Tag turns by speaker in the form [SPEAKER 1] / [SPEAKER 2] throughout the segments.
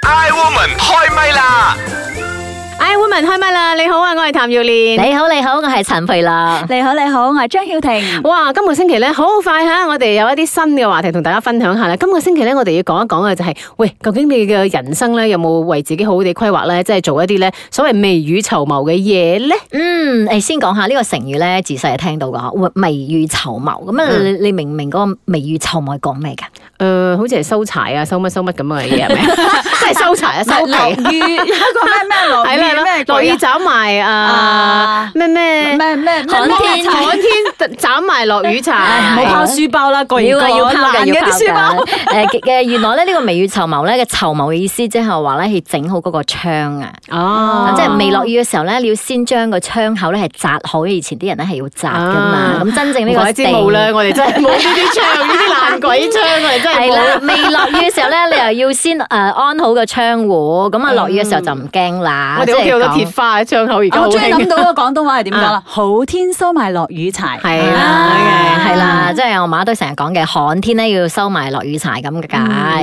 [SPEAKER 1] Iwoman 開唛啦！
[SPEAKER 2] I Woman 開唛啦！你好啊，我係譚耀蓮。
[SPEAKER 3] 你好，你好，我係陳培 樂。
[SPEAKER 4] 你好，你好，我係張曉婷。
[SPEAKER 2] 哇，今個星期咧好快吓，我哋有一啲新嘅話題同大家分享下啦。今個星期咧，我哋要講一講嘅就係、喂，究竟你嘅人生咧有冇為自己好好地規劃咧？即係做一啲咧所謂未雨綢繆嘅嘢咧？
[SPEAKER 3] 嗯，誒，先講下呢個成語咧，自細係聽到噶，未雨綢繆。咁
[SPEAKER 2] 嗯
[SPEAKER 3] 啊，你你明唔明嗰個未雨綢繆係講咩噶？
[SPEAKER 2] 誒、好似係收柴啊，收乜收乜咁嘅嘢係咪？即係收柴啊，收皮
[SPEAKER 4] 落
[SPEAKER 2] 啊。
[SPEAKER 4] 雨，有一個咩咩落
[SPEAKER 2] 係啦係
[SPEAKER 4] 雨
[SPEAKER 2] 啦
[SPEAKER 4] 咩，
[SPEAKER 2] 落雨
[SPEAKER 4] 鬼
[SPEAKER 2] 斬埋啊
[SPEAKER 4] 啊，
[SPEAKER 2] 咩咩
[SPEAKER 4] 咩咩哎
[SPEAKER 3] 旱天
[SPEAKER 2] 旱天斬埋落雨柴，
[SPEAKER 4] 唔好拋書包啦，過完
[SPEAKER 3] 要啊，要
[SPEAKER 4] 過
[SPEAKER 3] 拋
[SPEAKER 4] 爛
[SPEAKER 3] 嘅，
[SPEAKER 4] 嘅
[SPEAKER 3] 要
[SPEAKER 4] 啲
[SPEAKER 3] 拋
[SPEAKER 4] 書包。
[SPEAKER 3] 嘅。誒嘅嘅原來咧呢個未雨綢繆咧嘅綢繆嘅意思，即係話咧係整好嗰個窗啊，
[SPEAKER 2] 哦
[SPEAKER 3] 即係未落雨嘅時候咧，你要先將個窗口咧係紮好。以前啲人咧係要紮噶嘛
[SPEAKER 2] 啊，
[SPEAKER 3] 咁真正呢
[SPEAKER 2] 我
[SPEAKER 3] 個
[SPEAKER 2] 知冇啦，
[SPEAKER 3] 地
[SPEAKER 2] 我哋真係冇呢啲窗，呢啲爛鬼窗，我哋真係
[SPEAKER 3] 係啦
[SPEAKER 2] 冇。，
[SPEAKER 3] 未落雨嘅時候咧，你又要先誒安好個窗戶，咁啊落雨嘅時候就唔驚啦。
[SPEAKER 2] 嗯我哋屋企好多
[SPEAKER 3] 即係講
[SPEAKER 2] 鐵花喺窗口，而家好
[SPEAKER 4] 我終於諗
[SPEAKER 2] 興。
[SPEAKER 4] 到個廣東話係點講
[SPEAKER 2] 啊
[SPEAKER 4] 啦，好天收埋落雨柴。
[SPEAKER 2] 係啦
[SPEAKER 3] 啊，
[SPEAKER 2] OK
[SPEAKER 3] 係啦，即係我媽都成日講嘅，旱天咧要收埋落雨柴咁嘅解。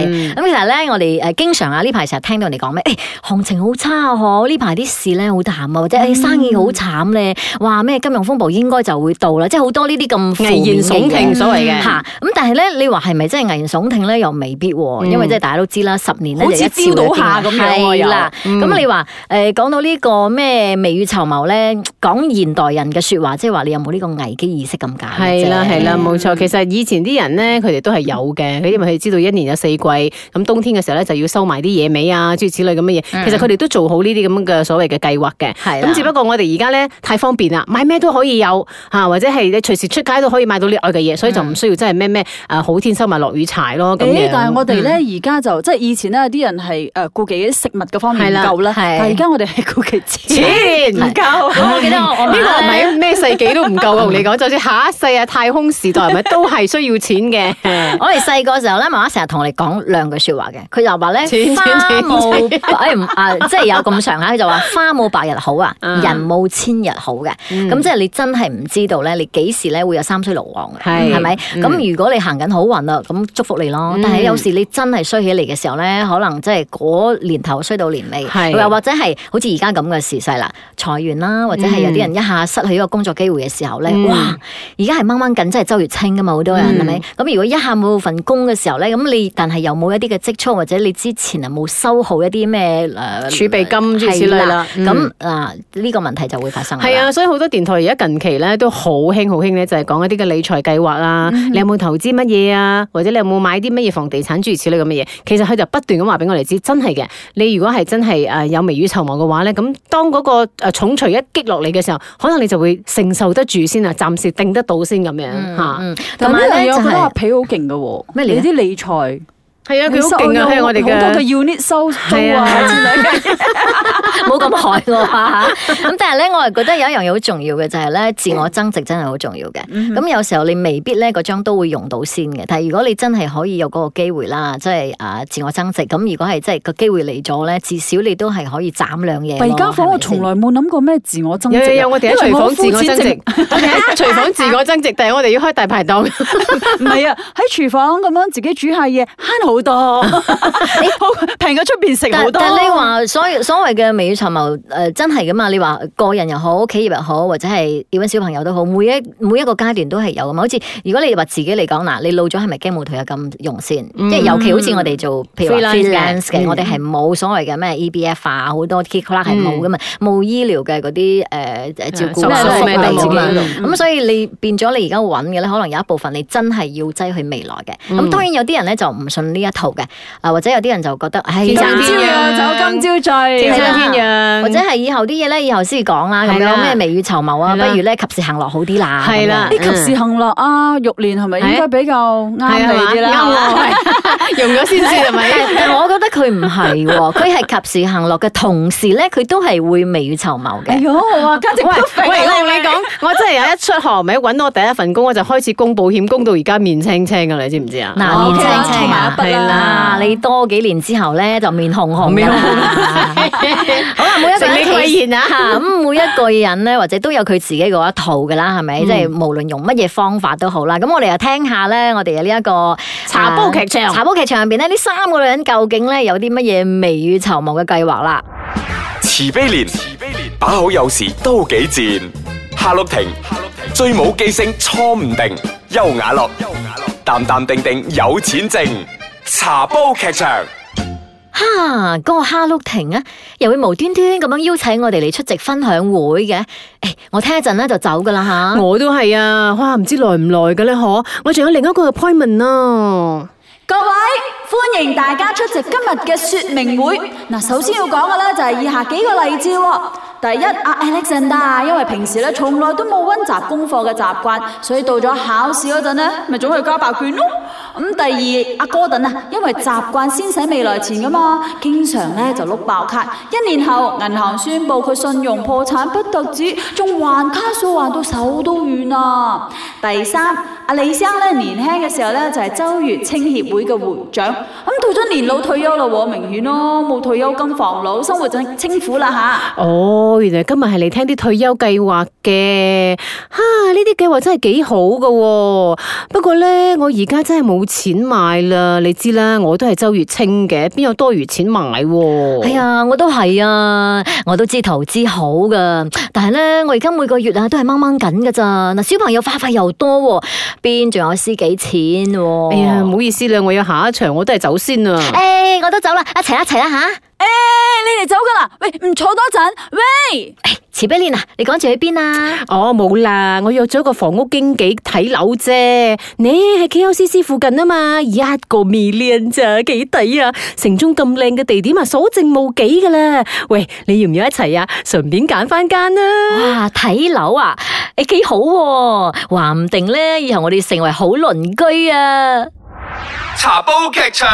[SPEAKER 2] 嗯
[SPEAKER 3] 咁其實咧，我哋誒經常啊呢排成日聽到人哋講 咩，誒行情好差啊嗬，呢排啲市咧好淡啊，或者誒生意好慘咧，話咩金融風暴應該就會到啦，即係好多呢啲咁負
[SPEAKER 2] 危
[SPEAKER 3] 面
[SPEAKER 2] 言
[SPEAKER 3] 嘅
[SPEAKER 2] 聳
[SPEAKER 3] 嘢
[SPEAKER 2] 聽所謂嘅，
[SPEAKER 3] 吓咁，但係咧，你話係咪真係危言聳聽咧？又未必喎，因為即係大家都知啦，十年咧
[SPEAKER 4] 好似
[SPEAKER 3] 就一朝
[SPEAKER 4] 招到下
[SPEAKER 3] 一定
[SPEAKER 4] 咁樣喎
[SPEAKER 3] 係啦，
[SPEAKER 2] 又
[SPEAKER 3] 咁你話誒講到呢個咩未雨綢繆咧，講現代人嘅説話，即係話你有冇呢個危機意識咁解嘅啫？
[SPEAKER 2] 係啦係啦，冇錯。其實以前啲人咧，佢哋都係有嘅，佢因為佢哋知道一年有四季，咁冬天嘅時候咧就要收埋啲野味啊，諸如此類咁嘅嘢。其實佢哋都做好呢啲咁嘅所謂嘅計劃嘅。
[SPEAKER 3] 係啦
[SPEAKER 2] 咁只不過我哋而家咧太方便啦，買咩都可以有嚇，或者係你隨時出街都可以買到你愛嘅嘢，所以就唔需要真係咩咩誒好天收埋落雨柴咯咁
[SPEAKER 4] 誒
[SPEAKER 2] 樣，
[SPEAKER 4] 但係我哋咧而家就即係以前咧，有啲人係誒顧忌啲食物嘅方面唔
[SPEAKER 2] 係啦
[SPEAKER 4] 夠啦，
[SPEAKER 3] 係
[SPEAKER 4] 但係而家我哋係顧忌錢。
[SPEAKER 2] 錢 唔夠。
[SPEAKER 3] 咁我記得我我
[SPEAKER 2] 呢
[SPEAKER 3] 媽
[SPEAKER 2] 個唔
[SPEAKER 3] 呢
[SPEAKER 2] 係咩世紀都唔夠啊！同你講，就算下一世啊，太空時代係咪都係需要錢嘅？
[SPEAKER 3] 我哋細個時候咧，媽媽成日同我哋講兩句説話嘅，佢就話咧
[SPEAKER 2] 錢錢
[SPEAKER 3] 花
[SPEAKER 2] 錢
[SPEAKER 3] 冇誒唔啊，即係有咁上下，佢就話花冇百日好啊，
[SPEAKER 2] 嗯
[SPEAKER 3] 人冇千日好嘅。咁即係你真係唔知道咧，你幾時咧會有三衰六旺嘅，
[SPEAKER 2] 係
[SPEAKER 3] 係咪？
[SPEAKER 2] 嗯
[SPEAKER 3] 咁如果你行緊好運啦，咁祝福你咯
[SPEAKER 2] 嗯。
[SPEAKER 3] 但係有時你真係衰起嚟嘅時候咧，可能即係嗰年頭衰到年尾，
[SPEAKER 2] 係
[SPEAKER 3] 又或者係好似而家咁嘅時勢啦，裁員啦，或者係有啲人一下失去一個工作機會嘅時候咧，
[SPEAKER 2] 嗯
[SPEAKER 3] 哇！而家係掹掹緊，真係周月清噶嘛，好多人係咪？咁如果一下冇份工嘅時候咧，咁你但係又冇一啲嘅積蓄，或者你之前啊冇收好一啲咩誒
[SPEAKER 2] 儲備金諸如此類啦嗯
[SPEAKER 3] 咁啊呢個問題就會發生啦。
[SPEAKER 2] 係啊，所以好多電台而家近期咧都好興好興咧，就係講一啲嘅理財計劃啊，你有冇投資乜嘢啊，或者你有冇買啲乜嘢房地產諸如此類咁嘅嘢。其實佢就不斷咁話俾我哋知，真係嘅。你如果係真係誒有未雨綢繆嘅話咧，咁當嗰個誒重錘一擊落嚟嘅時候，可能你就會承受得住先啊，暫時定得到先咁樣
[SPEAKER 3] 嗯，
[SPEAKER 2] 嚇。
[SPEAKER 3] 嗯
[SPEAKER 4] 同
[SPEAKER 3] 同埋
[SPEAKER 4] 埋呢樣
[SPEAKER 3] 咧就
[SPEAKER 4] 嘢，我覺得阿
[SPEAKER 3] 係
[SPEAKER 4] 皮好勁嘅喎，
[SPEAKER 3] 咩嚟嘅
[SPEAKER 4] 你啲理財
[SPEAKER 2] 係啊，佢好勁啊，
[SPEAKER 4] 收
[SPEAKER 2] 佢係我哋
[SPEAKER 4] 好多嘅
[SPEAKER 2] 嘅。
[SPEAKER 4] unit 收租
[SPEAKER 2] 係啊
[SPEAKER 4] 啊之類嘅嘢。
[SPEAKER 3] 冇咁害我啊嚇咁但係咧，我係覺得有一樣嘢好重要嘅，就係咧自我增值真係好重要嘅。咁有時候你未必咧嗰張都會用到先嘅，但係如果你真係可以有嗰個機會啦，即係啊自我增值，咁如果係即係個機會嚟咗咧，至少你都係可以斬兩嘢咯。
[SPEAKER 4] 弊家伙
[SPEAKER 3] 係咪
[SPEAKER 4] 我
[SPEAKER 3] 先
[SPEAKER 4] 從來冇諗過咩自我增值
[SPEAKER 2] 有
[SPEAKER 4] 啊，
[SPEAKER 2] 有有，我哋喺廚
[SPEAKER 4] 因為
[SPEAKER 2] 房
[SPEAKER 4] 我
[SPEAKER 2] 自我
[SPEAKER 4] 膚淺
[SPEAKER 2] 增值，我哋喺 廚房自我增值，但係我哋要開大排檔。
[SPEAKER 4] 唔 係啊，喺廚房咁樣自己煮下嘢，慳好多，好平過出邊食
[SPEAKER 3] 但
[SPEAKER 4] 好多。
[SPEAKER 3] 但你話所所謂嘅未雨綢繆誒呃真係噶嘛？你話個人又好，企業又好，或者係要揾小朋友都好，每一每一個階段都係有噶嘛。好似如果你話自己嚟講嗱，你老咗係咪驚冇退休金用先？
[SPEAKER 4] 嗯
[SPEAKER 3] 即係尤其好似我哋做譬如話
[SPEAKER 2] Freelance 嘅
[SPEAKER 3] freelance 嘅，
[SPEAKER 2] 嗯
[SPEAKER 3] 我哋係冇所謂嘅咩 EBF 啊，好多 kick c l
[SPEAKER 4] 嗯
[SPEAKER 3] a 係冇噶嘛，冇醫療嘅嗰啲誒誒照顧
[SPEAKER 4] 手術
[SPEAKER 3] 服
[SPEAKER 4] 咩
[SPEAKER 3] 務
[SPEAKER 4] 都自己嗯
[SPEAKER 3] 啊嘛
[SPEAKER 4] 度
[SPEAKER 3] 咁所以你變咗你而家揾嘅咧，可能有一部分你真係要擠去未來嘅。
[SPEAKER 4] 嗯
[SPEAKER 3] 咁當然有啲人咧就唔信呢一套嘅，啊或者有啲人就覺得，唉，
[SPEAKER 2] 天
[SPEAKER 4] 今
[SPEAKER 2] 生
[SPEAKER 3] 呀
[SPEAKER 2] 天
[SPEAKER 4] 朝
[SPEAKER 2] 養
[SPEAKER 4] 有酒今朝
[SPEAKER 2] 天
[SPEAKER 4] 醉，
[SPEAKER 2] 生天養，
[SPEAKER 3] 或者係以後啲嘢咧，以後先講啦。咁
[SPEAKER 2] 係啦
[SPEAKER 3] 樣咩未雨綢繆
[SPEAKER 2] 係
[SPEAKER 3] 啊，
[SPEAKER 2] 啦
[SPEAKER 3] 不如咧及時行樂好啲啦。
[SPEAKER 2] 係啦
[SPEAKER 3] 咁
[SPEAKER 4] 呢及時行樂啊，玉蓮係咪應該比較啱
[SPEAKER 2] 係啊
[SPEAKER 4] 你啲
[SPEAKER 2] 啱
[SPEAKER 4] 啦？
[SPEAKER 2] 我係用咗先知係咪？
[SPEAKER 3] 樣。但我覺得佢唔係 喎，佢係及時行樂嘅同時咧，佢都係會未雨綢繆
[SPEAKER 4] 哎
[SPEAKER 3] 嘅。
[SPEAKER 4] 呦，哇，簡直 perfect 啊
[SPEAKER 2] 喂，我同你
[SPEAKER 4] 你
[SPEAKER 2] 講，我真係有一出行咪揾我第一份工，我就開始供保險，供到而家面青青㗎啦，你知唔知啊？
[SPEAKER 3] 嗱，
[SPEAKER 4] 哦
[SPEAKER 3] 面青
[SPEAKER 4] OK 啦
[SPEAKER 3] 青
[SPEAKER 4] 儲埋
[SPEAKER 3] 啊
[SPEAKER 4] 一筆
[SPEAKER 2] 啦
[SPEAKER 3] 係啦，你多幾年之後咧就面紅紅㗎
[SPEAKER 2] 面紅
[SPEAKER 3] 啦。 好啦，每一個人
[SPEAKER 2] 食你貴
[SPEAKER 3] 其實
[SPEAKER 2] 言啊
[SPEAKER 3] 嚇咁每一個人咧，或者都有佢自己嗰一套㗎啦，係咪？即係
[SPEAKER 2] 嗯
[SPEAKER 3] 無論用乜嘢方法都好啦。咁我哋又聽下咧，我哋嘅呢一個
[SPEAKER 2] 茶煲劇場
[SPEAKER 3] 啊茶煲劇場入邊咧，呢三個女人究竟咧咧有啲乜嘢未雨綢繆嘅計劃啦。
[SPEAKER 1] 慈悲蓮，慈悲蓮，把口有時都幾賤。夏綠庭，夏綠庭，最冇記性錯唔定。優雅樂，優雅樂，淡淡定定有錢剩。茶煲劇場，
[SPEAKER 3] 哈！嗰個哈碌婷啊，又會無端端咁樣邀請我哋嚟出席分享會嘅。誒、我聽一陣咧就走噶啦吓。
[SPEAKER 2] 我都係啊，哇，唔知耐唔耐嘅咧，嗬，我仲有另一個 appointment 啊。
[SPEAKER 5] 各位，歡迎大家出席今日嘅說明會。嗱，首先要講嘅咧就係以下幾個例子喎。第一，阿 Alexander，因為啊平時咧從來都冇温習功課嘅習慣，所以到咗考試嗰陣咧，咪總係交白卷咯。咁第二，阿 Gordon 啊，因為習慣先使未來錢噶嘛，經常咧就碌爆卡。一年後，銀行宣布佢信用破產，不特止，仲還卡數還到手都軟啊！第三，阿李生咧年輕嘅時候咧就係周月清協會嘅會長，咁到咗年老退休啦喎，明顯咯，冇退休金防老，生活就清苦啦吓。
[SPEAKER 2] 哦，原來今日係嚟聽啲退休計劃嘅，哈、呢啲計劃真係幾好噶、喎。不過咧，我而家真係冇錢買啦，你知啦，我都係周月清嘅，邊有多餘錢買、喎？
[SPEAKER 3] 係啊，我都係啊，我都知投資好噶，但係咧，我而家每個月啊都係掹掹緊噶咋嗱，小朋友花費又多喎，邊仲有私己錢喎？
[SPEAKER 2] 哎呀，唔好意思啦，我有下一場，我都係走先啊啦。
[SPEAKER 3] 誒、我都走啦，啊一齊啦一齊啦吓！
[SPEAKER 5] 你哋走噶啦，喂，唔坐多陣，喂，
[SPEAKER 3] 慈悲蓮啊，你趕住去邊啊？
[SPEAKER 2] 哦，冇啦，我約咗個房屋經紀睇樓啫。你喺 KLCC 附近啊嘛，一個 million 咋，幾抵啊！城中咁靚嘅地點啊，所剩無幾噶啦。喂，你要唔要一齊啊？順便揀翻間啦。
[SPEAKER 3] 哇，睇樓啊，誒、幾好喎、話唔定咧，以後我哋成為好鄰居啊！
[SPEAKER 1] 茶煲劇場。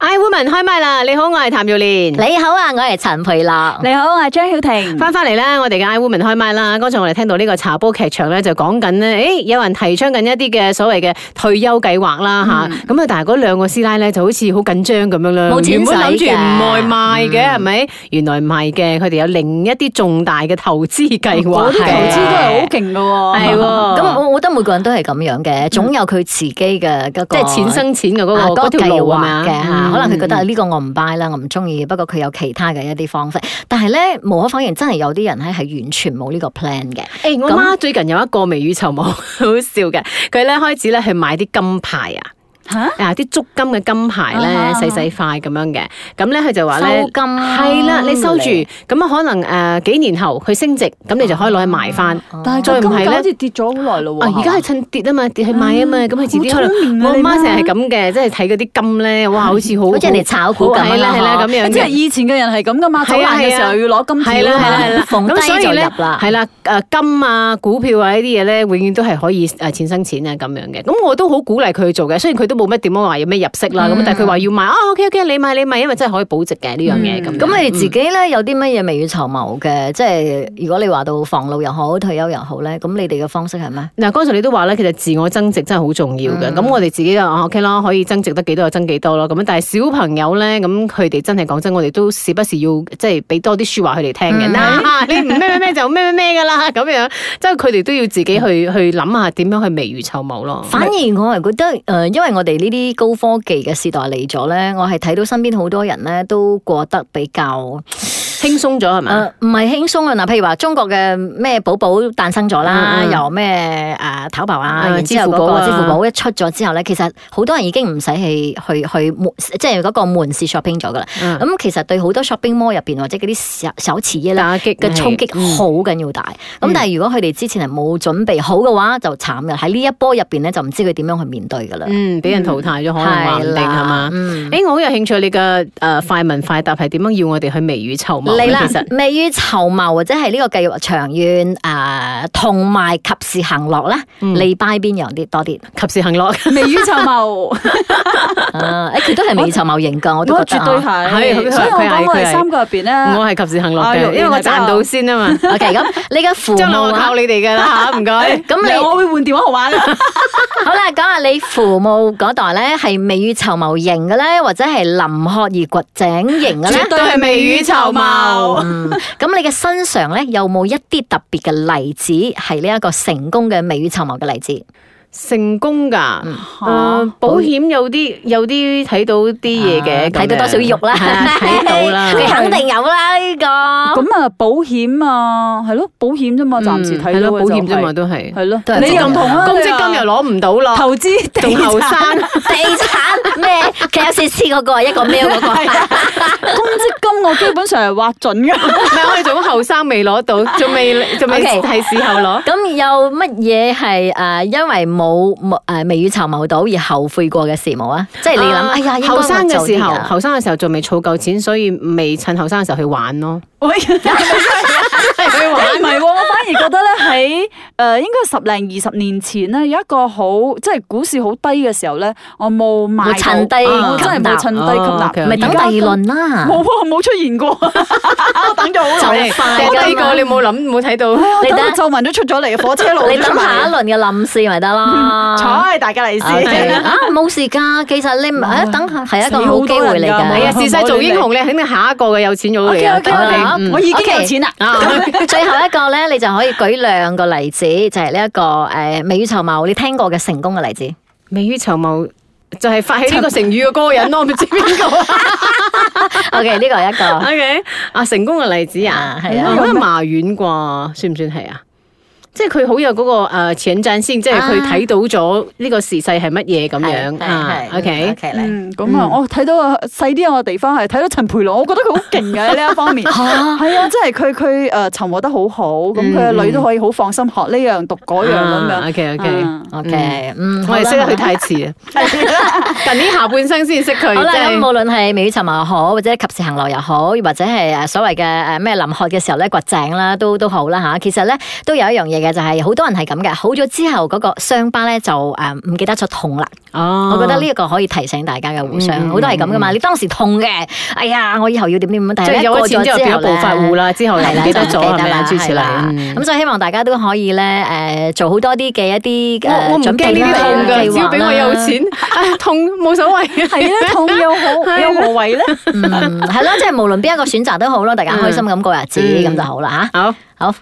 [SPEAKER 2] I woman 開麥啦！你好，我係譚耀蓮。
[SPEAKER 3] 你好啊，我係陳培樂。
[SPEAKER 5] 你好，我係張曉婷。
[SPEAKER 4] 啊
[SPEAKER 2] 翻翻嚟咧，我哋嘅 I Woman 開麥啦。剛才我哋聽到呢個茶煲劇場咧，就講緊咧，誒有人提倡緊一啲嘅所謂嘅退休計劃啦吓。咁啊，但係嗰兩個師奶咧就好似好緊張咁樣啦。
[SPEAKER 3] 冇錢
[SPEAKER 2] 原
[SPEAKER 3] 使嘅
[SPEAKER 2] 本諗住唔外賣嘅係咪？嗯原來唔係嘅，佢哋有另一啲重大嘅投資計劃。
[SPEAKER 4] 嗰啲投資都係好勁噶喎。
[SPEAKER 2] 係喎，哦
[SPEAKER 3] 咁我我覺得每個人都係咁樣嘅，總有佢自己嘅嗰
[SPEAKER 2] 嗯即
[SPEAKER 3] 個
[SPEAKER 2] 係錢生錢嘅嗰
[SPEAKER 3] 啊
[SPEAKER 2] 個嗰
[SPEAKER 3] 嗰個
[SPEAKER 2] 條
[SPEAKER 3] 計
[SPEAKER 2] 路係咪
[SPEAKER 3] 劃
[SPEAKER 2] 啊
[SPEAKER 3] 嘅嚇，
[SPEAKER 2] 嗯
[SPEAKER 3] 可能佢覺得呢個我唔 buy 啦，我唔中意。不過佢有其他嘅一啲方式，但係咧無可否認，真係有啲人咧係完全冇呢個 plan 嘅。
[SPEAKER 2] 誒、我
[SPEAKER 3] 咁
[SPEAKER 2] 媽最近有一個未雨綢繆，好 笑嘅。佢咧開始咧去買啲金牌啊。
[SPEAKER 4] 嚇
[SPEAKER 2] 啊！啲足金嘅金牌咧，
[SPEAKER 4] 啊
[SPEAKER 2] 細細塊咁樣嘅，咁咧佢就話咧，
[SPEAKER 3] 收金啊
[SPEAKER 2] 係啦，你收住，咁啊可能誒幾年後佢升值，咁你就可以攞去賣
[SPEAKER 3] 啊
[SPEAKER 2] 翻。
[SPEAKER 3] 嗯
[SPEAKER 4] 但係
[SPEAKER 2] 再唔
[SPEAKER 4] 個金
[SPEAKER 2] 係
[SPEAKER 4] 價
[SPEAKER 2] 咧
[SPEAKER 4] 好似跌咗好耐咯
[SPEAKER 2] 啊！
[SPEAKER 4] 喎。
[SPEAKER 2] 而家係趁跌啊嘛，跌去買啊嘛，
[SPEAKER 3] 嗯
[SPEAKER 2] 咁佢自己可
[SPEAKER 4] 好聰
[SPEAKER 2] 能
[SPEAKER 4] 明啊
[SPEAKER 2] 我
[SPEAKER 4] 你媽
[SPEAKER 2] 媽成日係咁嘅，即係睇嗰啲金咧，哇！好似好啊
[SPEAKER 3] 好似人哋啊炒股咁樣啦
[SPEAKER 2] 係啦係啦咁
[SPEAKER 3] 嗬
[SPEAKER 2] 樣嘅。
[SPEAKER 4] 即係以前嘅人係咁噶嘛，走
[SPEAKER 2] 係啊
[SPEAKER 4] 難嘅時候要攞金
[SPEAKER 2] 係
[SPEAKER 4] 條
[SPEAKER 2] 啦
[SPEAKER 4] 啊
[SPEAKER 2] 係啦
[SPEAKER 4] 嘛
[SPEAKER 2] 係。啦，
[SPEAKER 3] 逢低
[SPEAKER 2] 咁所以咧
[SPEAKER 3] 就入啦
[SPEAKER 2] 係啦，誒金啊、股票啊呢啲嘢咧，永遠都係可以誒錢生錢啊咁樣嘅。咁我都好鼓勵佢去做嘅，雖然佢都冇乜點樣話有咩入息啦，咁但係佢話要買啊，OK OK，你買你買，因為真係可以保值嘅呢樣嘢嗯咁樣。
[SPEAKER 3] 咁你哋自己咧有啲乜嘢未雨綢繆嘅？即係如果你話到防老又好，退休又好咧，咁你哋嘅方式係咩？
[SPEAKER 2] 嗱，剛才你都話咧，其實自我增值真係好重要嘅。咁、我哋自己就啊 OK 啦，可以增值得幾多就增幾多咯。咁但係小朋友咧，咁佢哋真係講真，我哋都時不時要即係俾多啲説話佢哋聽嘅。嗱、 你唔咩咩咩就咩咩咩噶啦，咁樣即係佢哋都要自己去去諗下點樣去未雨綢繆咯。
[SPEAKER 3] 反而我係覺得誒、呃因為我哋呢啲高科技嘅時代嚟咗咧，我係睇到身邊好多人咧都過得比較
[SPEAKER 2] 輕鬆咗係咪？
[SPEAKER 3] 誒唔係輕鬆啊！嗱，譬如話中國嘅咩寶寶誕生咗啦，
[SPEAKER 2] 嗯嗯
[SPEAKER 3] 又咩誒淘寶啊，
[SPEAKER 2] 嗯
[SPEAKER 3] 然之後
[SPEAKER 2] 支付
[SPEAKER 3] 嗰
[SPEAKER 2] 寶啊
[SPEAKER 3] 個支付寶一出咗之後咧，其實好多人已經唔使去去去門即係嗰個門市 shopping 咗噶啦。
[SPEAKER 2] 嗯
[SPEAKER 3] 咁、其實對好多 shopping mall 入邊或者嗰啲小小企業咧
[SPEAKER 2] 打擊
[SPEAKER 3] 嘅衝擊
[SPEAKER 2] 係
[SPEAKER 3] 好緊要大。咁、但係如果佢哋之前係冇準備好嘅話，就慘嘅。喺呢一波入邊咧，就唔知佢點樣去面對噶啦。
[SPEAKER 2] 嗯，俾人淘汰咗可能話唔定係嘛？
[SPEAKER 3] 嗯
[SPEAKER 2] 誒、我好有興趣你嘅誒快問快答係點樣要我哋去未雨綢繆
[SPEAKER 3] 嚟
[SPEAKER 2] 咧？
[SPEAKER 3] 啦
[SPEAKER 2] 其實，
[SPEAKER 3] 未雨綢繆或者係呢個計劃長遠啊，同埋及時行樂啦，你拜邊樣啲多 啲？
[SPEAKER 2] 及時行樂。
[SPEAKER 4] 未雨 綢繆，
[SPEAKER 3] 啊，誒佢都係未雨綢繆型㗎，我都
[SPEAKER 4] 我
[SPEAKER 3] 覺得
[SPEAKER 4] 絕對
[SPEAKER 3] 啊。
[SPEAKER 2] 係
[SPEAKER 4] 係
[SPEAKER 2] 佢。
[SPEAKER 4] 所以我
[SPEAKER 2] 佢係
[SPEAKER 4] 講我
[SPEAKER 2] 佢係
[SPEAKER 4] 哋三個入邊
[SPEAKER 2] 我係
[SPEAKER 4] 咧，
[SPEAKER 2] 及時行樂
[SPEAKER 4] 啊
[SPEAKER 2] 嘅，
[SPEAKER 4] 容易
[SPEAKER 2] 因為我
[SPEAKER 4] 係比
[SPEAKER 2] 賺
[SPEAKER 4] 較
[SPEAKER 2] 到先啊嘛。
[SPEAKER 3] OK，咁你嘅 父
[SPEAKER 2] 將來我
[SPEAKER 3] 母啊
[SPEAKER 2] 靠，你哋㗎啦嚇，唔該。
[SPEAKER 3] 咁
[SPEAKER 4] 你
[SPEAKER 3] 你
[SPEAKER 4] 我會換電話號碼㗎。
[SPEAKER 3] 好啦，講下你父母嗰代咧係未雨綢繆型嘅咧，或者係臨渴而掘井型嘅 咧
[SPEAKER 2] 絕？對係未雨綢繆。
[SPEAKER 3] 嗯，咁你嘅身上咧有冇一啲特別嘅例子係呢一個成功嘅未雨綢繆嘅例子？
[SPEAKER 2] 成功㗎，誒保險有啲有啲睇到啲嘢嘅，
[SPEAKER 3] 睇到多少肉啦，
[SPEAKER 2] 係啊睇到啦，
[SPEAKER 3] 佢肯定有啦呢 個。
[SPEAKER 4] 咁啊，保險啊，係咯，保險啫嘛，暫時睇
[SPEAKER 2] 係
[SPEAKER 4] 到
[SPEAKER 2] 咯
[SPEAKER 4] 嘅
[SPEAKER 2] 保險
[SPEAKER 4] 就
[SPEAKER 2] 啫
[SPEAKER 4] 係
[SPEAKER 2] 嘛，都係
[SPEAKER 4] 係咯
[SPEAKER 3] 都，係
[SPEAKER 4] 你又唔同啦，
[SPEAKER 2] 公積金又攞唔到咯，
[SPEAKER 4] 投資地
[SPEAKER 2] 仲後
[SPEAKER 4] 產
[SPEAKER 2] 生。
[SPEAKER 3] 地產咩？佢有試黐嗰個一個喵 嗰個，
[SPEAKER 4] 公積金我基本上係劃準
[SPEAKER 2] 唔
[SPEAKER 4] 㗎。
[SPEAKER 2] 係，我哋仲後生未攞到，仲未 仲未
[SPEAKER 3] OK
[SPEAKER 2] 係時候攞。
[SPEAKER 3] 咁有乜嘢係诶因為冇冇诶未雨綢繆到而後悔過嘅事冇啊？即係你諗，
[SPEAKER 2] 啊
[SPEAKER 3] 哎呀，應該
[SPEAKER 2] 後
[SPEAKER 3] 我
[SPEAKER 2] 生嘅
[SPEAKER 3] 做
[SPEAKER 2] 時
[SPEAKER 3] 啲啊
[SPEAKER 2] 候，
[SPEAKER 3] 㗎
[SPEAKER 2] 後生嘅時候仲未儲夠錢，所以未趁後生嘅時候去玩咯。
[SPEAKER 4] 喂， 唔係喎，我反而覺得咧喺呃誒應該十零二十年前咧，有一個好即係股市好低嘅時候咧，我冇買到
[SPEAKER 3] 冇趁低
[SPEAKER 4] 我真係冇趁低吸
[SPEAKER 2] 哦
[SPEAKER 4] 納，
[SPEAKER 2] ，OK，OK
[SPEAKER 3] 咪等第二輪
[SPEAKER 4] 而
[SPEAKER 3] 啦
[SPEAKER 4] 家。冇啊，冇出現過，我等咗好耐
[SPEAKER 3] 就。快㗎嘛
[SPEAKER 2] 低過你冇諗冇睇 到。
[SPEAKER 4] 我
[SPEAKER 3] 你
[SPEAKER 4] 等
[SPEAKER 3] 等
[SPEAKER 4] 到皺紋都出咗嚟，火車路
[SPEAKER 3] 你 等下一輪嘅冧市 咪得咯。
[SPEAKER 4] 彩 大家利
[SPEAKER 3] 啊
[SPEAKER 4] 是。
[SPEAKER 3] 冇事㗎，其實你唔啊等下係一個好機會
[SPEAKER 2] 係
[SPEAKER 3] 嚟
[SPEAKER 4] 死好多人
[SPEAKER 2] 啊，
[SPEAKER 4] 㗎
[SPEAKER 3] 㗎。
[SPEAKER 2] 時勢做英雄咧，肯定下一個嘅有錢佬
[SPEAKER 4] O
[SPEAKER 2] 嚟
[SPEAKER 4] K
[SPEAKER 2] 啊
[SPEAKER 4] O K
[SPEAKER 2] 肯定
[SPEAKER 4] O K，
[SPEAKER 2] 嗯
[SPEAKER 4] 我已經
[SPEAKER 3] OK
[SPEAKER 4] 有錢啦。
[SPEAKER 2] 啊
[SPEAKER 3] 最後一個咧，你就可以舉兩個例子，就係呢一個誒未雨綢繆，你聽過嘅成功嘅例子。
[SPEAKER 2] 未雨綢繆就係發起呢個成語嘅嗰個人咯，唔知邊個啊
[SPEAKER 3] OK，呢個係一個。
[SPEAKER 2] ？OK，啊成功嘅例子啊
[SPEAKER 3] 啊，係啊
[SPEAKER 2] 我覺得麻丸啩，算唔算係啊？即係佢好有嗰個誒前瞻先，即係佢睇到咗呢個時勢係乜嘢咁樣啊
[SPEAKER 3] 啊係係
[SPEAKER 2] ？OK，
[SPEAKER 3] OK 嚟。
[SPEAKER 4] 嗯，咁啊，我睇到啊細啲嘅地方係睇到陳培樂，我覺得佢好勁嘅喺呢一方面。係啊，即係佢佢誒尋獲得好好，咁佢嘅女都可以好放心學呢樣讀嗰樣咁樣。
[SPEAKER 2] OK OK，
[SPEAKER 4] 嗯
[SPEAKER 3] OK，嗯，
[SPEAKER 2] 啊我哋識得
[SPEAKER 3] 啊好
[SPEAKER 2] 佢
[SPEAKER 3] 啦
[SPEAKER 2] 太遲 啦，近呢下半生先識佢，
[SPEAKER 3] 好啦，咁
[SPEAKER 2] 真係
[SPEAKER 3] 無論係未雨綢繆又好，或者及時行樂又好，或者係誒所謂嘅誒咩臨渴嘅時候咧掘井啦，都都好啦吓。其實咧都有一樣嘢嘅，就係好多人係咁嘅，好咗之後嗰個傷疤咧就誒唔記得咗痛啦。
[SPEAKER 2] 哦
[SPEAKER 3] 我覺得呢一個可以提醒大家嘅互
[SPEAKER 2] 嗯
[SPEAKER 3] 相，
[SPEAKER 2] 嗯
[SPEAKER 3] 好多係咁噶嘛。你當時痛嘅，哎呀，我以後要點點點，但
[SPEAKER 2] 即
[SPEAKER 3] 係
[SPEAKER 2] 係
[SPEAKER 3] 咧
[SPEAKER 2] 有咗
[SPEAKER 3] 過
[SPEAKER 2] 錢
[SPEAKER 3] 咗
[SPEAKER 2] 之後
[SPEAKER 3] 之
[SPEAKER 2] 變
[SPEAKER 3] 後
[SPEAKER 2] 咗暴發
[SPEAKER 3] 咧
[SPEAKER 2] 戶啦，之後又
[SPEAKER 3] 係
[SPEAKER 2] 唔
[SPEAKER 3] 啦
[SPEAKER 2] 記得
[SPEAKER 3] 就
[SPEAKER 2] 咗係咪啊？
[SPEAKER 3] 啦
[SPEAKER 2] 諸此
[SPEAKER 3] 係啦
[SPEAKER 2] 類，
[SPEAKER 3] 咁所以希望大家都可以咧誒做好多啲嘅一啲
[SPEAKER 2] 我
[SPEAKER 3] 誒
[SPEAKER 2] 我唔
[SPEAKER 3] 準
[SPEAKER 2] 驚
[SPEAKER 3] 備
[SPEAKER 2] 呢啲痛
[SPEAKER 3] 啦
[SPEAKER 2] 㗎，只要俾我有。
[SPEAKER 3] 計劃啦
[SPEAKER 2] 錢，唉 痛冇所謂嘅。
[SPEAKER 4] 係啦，痛 又好，又何謂咧？
[SPEAKER 3] 嗯，係咯，即係無論邊一個選擇都好咯，大家開心咁過日子
[SPEAKER 2] 嗯
[SPEAKER 3] 咁就好啦吓。
[SPEAKER 2] 好。
[SPEAKER 3] 好。